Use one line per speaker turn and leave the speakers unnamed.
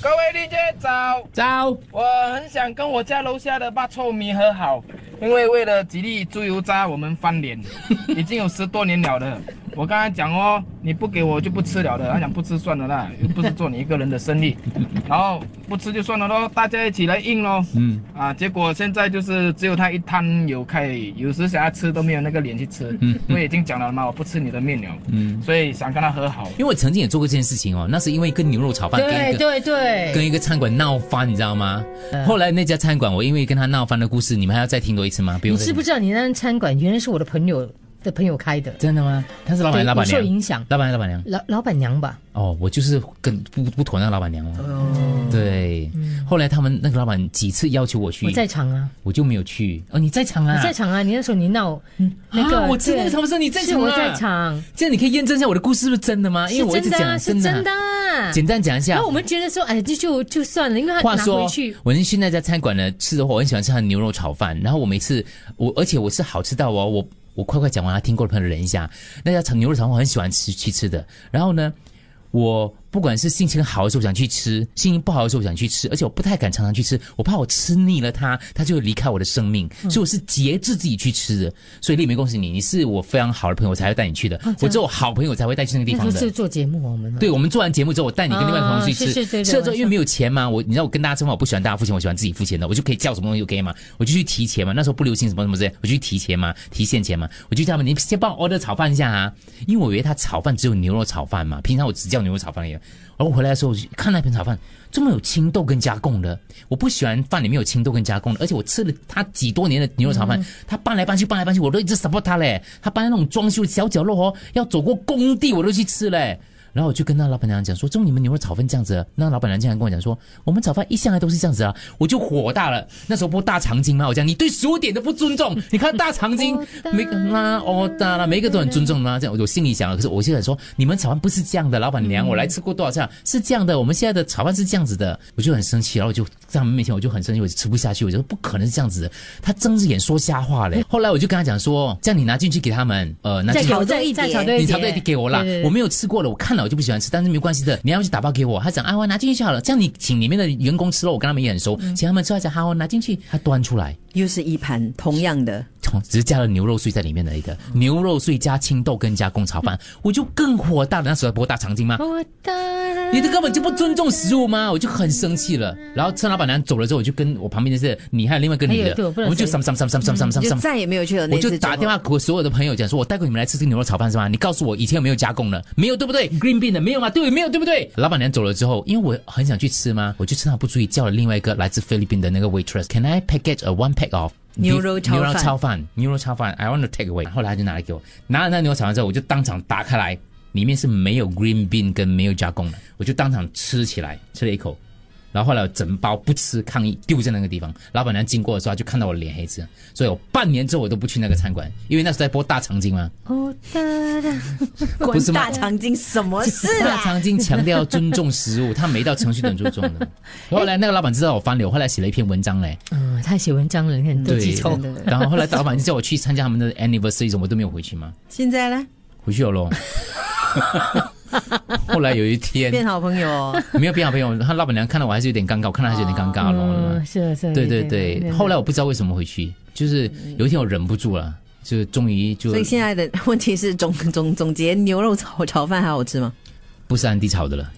各位 DJ 早，
早，
我很想跟我家楼下的八臭米和好，因为为了吉利猪油渣我们翻脸，已经有十多年了的。我刚才讲哦，你不给我就不吃了的，他讲不吃算了啦，又不是做你一个人的生意，然后不吃就算了咯，大家一起来硬咯。
嗯
啊，结果现在就是只有他一摊有开，有时想要吃都没有那个脸去吃。
嗯
我已经讲了嘛，我不吃你的面了，
嗯，
所以想跟他和好。
因为我曾经也做过这件事情哦，那是因为跟牛肉炒饭跟
对
一个
对对，嗯
跟一个餐馆闹翻，你知道吗？后来那家餐馆我因为跟他闹翻的故事，你们还要再听多一次吗？不用
你
再
知不知道你那间餐馆原来是我的朋友的朋友开的？
真的吗？他是老板还
对，
是老
我
板
受
娘，
影响，
老板还是老板娘。
老老板娘吧，
哦，我就是跟不不妥那个老板娘了。
哦
对，后来他们那个老板几次要求我去，
嗯我在场啊，
我就没有去。哦，你在场啊？
你在场啊，你那时候你闹那个
啊，，我知道
对
什么时候你在
是
场、啊，
我在。场，
这样你可以验证一下我的故事是不是真的吗？因为我一直
是真的
讲
啊，是真的
啊。
啊。
简单讲一下
那我，们觉得说，哎，就就就算了，因为他
话
拿
说
回去，，
我去那家餐馆呢吃的话，我很喜欢吃他的牛肉炒饭。然后我每次我，而且我是好吃到哦，我我快快讲完了，听过的朋友忍一下。那家牛肉炒饭我很喜欢吃去吃的。然后呢，我不管是心情好的时候想去吃，心情不好的时候想去吃，而且我不太敢常常去吃，我怕我吃腻了它，它就会离开我的生命。
嗯
所以我是节制自己去吃的。所以丽梅，恭喜你，你是我非常好的朋友，我才会带你去
哦
的。我只有好朋友才会带去那个地
那时
方
候
的
是。做节目我们啊
对，我们做完节目之后，我带你跟另外一个朋友去吃，
啊是是对对
吃了之后
晚
因为没有钱嘛，我你知道我跟大家吃饭，我不喜欢大家付钱，我喜欢自己付钱的，我就可以叫什么东西就可以嘛，我就去提钱嘛，那时候不流行什么什么之类，我就去提钱嘛，提现钱嘛，我就叫他们你先帮我 order 炒饭一下啊，因为我以为他炒饭只有牛肉炒饭嘛，平常我只叫牛肉炒饭而已，然后我回来的时候我就看那盆炒饭这么有青豆跟加贡的，我不喜欢饭里面有青豆跟加贡的，而且我吃了他几多年的牛肉炒
嗯
饭，他搬来搬去搬来搬去，我都一直 support 他嘞，他搬在那种装修小角落哦，要走过工地我都去吃嘞。然后我就跟那老板娘讲说，怎么你们牛肉炒饭这样子啊？那老板娘竟然跟我讲说，我们炒饭一向来都是这样子啊，我就火大了。那时候不大长今嘛，我讲你对食物点都不尊重，你看大长今每个啦哦哒啦，每一个都很尊重啦。这样我心里想了，可是我现在说，你们炒饭不是这样的，老板娘，我来吃过多少次，是这样的，我们现在的炒饭是这样子的，我就很生气，然后我就在他们面前我就很生气，我就吃不下去，我就说不可能是这样子的，他睁着眼说瞎话嘞。后来我就跟他讲说，这样你拿进去给他们，呃，拿进
再
去
给我
炒多
再
一
再
碟
炒多一
你
碟
炒的给我啦
对对，对
我没有吃过了，我看了我就不喜欢吃，但是没关系的，你要去打包给我。他讲啊，我拿进去就好了，这样你请里面的员工吃了，我跟他们也很熟，请他们吃，他讲好，我拿进去，他端出来。
又是一盘同样的，
从只是加了牛肉碎在里面的一个牛肉碎加青豆跟加贡炒饭，我就更火大了。那时候还播大长今吗？
我的
你这根本就不尊重食物吗？我就很生气了。然后趁老板娘走了之后，我就跟我旁边的是你还有另外一个女
哎呦对
的
我，不
我
能
们就
随
sam sam sam sam sam sam sam
就
sam
再也没有去了那
我
次之后。
就打电话给我所有的朋友讲说，我带过你们来吃这个牛肉炒饭是吗？你告诉我以前有没有加工的？没有对不对？Green bean 的没有吗？对，没有对不对？老板娘走了之后，因为我很想去吃嘛，我就趁她不注意叫了另外一个来自菲律宾的那个 waitress，Can I package a one pack of？
牛肉炒饭
牛肉炒饭，牛肉炒饭，I want to take away。后来他就拿来给我，拿了那牛肉炒饭之后，我就当场打开来，里面是没有 green bean 跟没有加工的，我就当场吃起来，吃了一口，然后后来我整包不吃，抗议丢在那个地方。老板娘经过的时候，她就看到我脸黑字，所以我半年之后我都不去那个餐馆，因为那时候在播大长今嘛。
我的
不是吗
大肠经什么 事啊
大
啦？
长今强调尊重食物，他每一道程序都很注重的。后来那个老板知道我翻脸，我后来写了一篇文章嘞，
嗯，他写文章了，你看多记仇。
然后后来老板就叫我去参加他们的 anniversary，什么都没有回去嘛，
现在呢，
回去了 咯。后来有一天
变好朋 友哦，
没有变好啊朋友，他老板娘看到我还是有点尴尬，我看到还是有点尴尬咯。
嗯，是啊是啊，
哦对对对，后
来
来我不知道为什么回去，就是有一天我忍不住了，就终于就
所以现在的问题是总总总结牛肉炒炒饭还好吃吗？
不是安迪炒的了。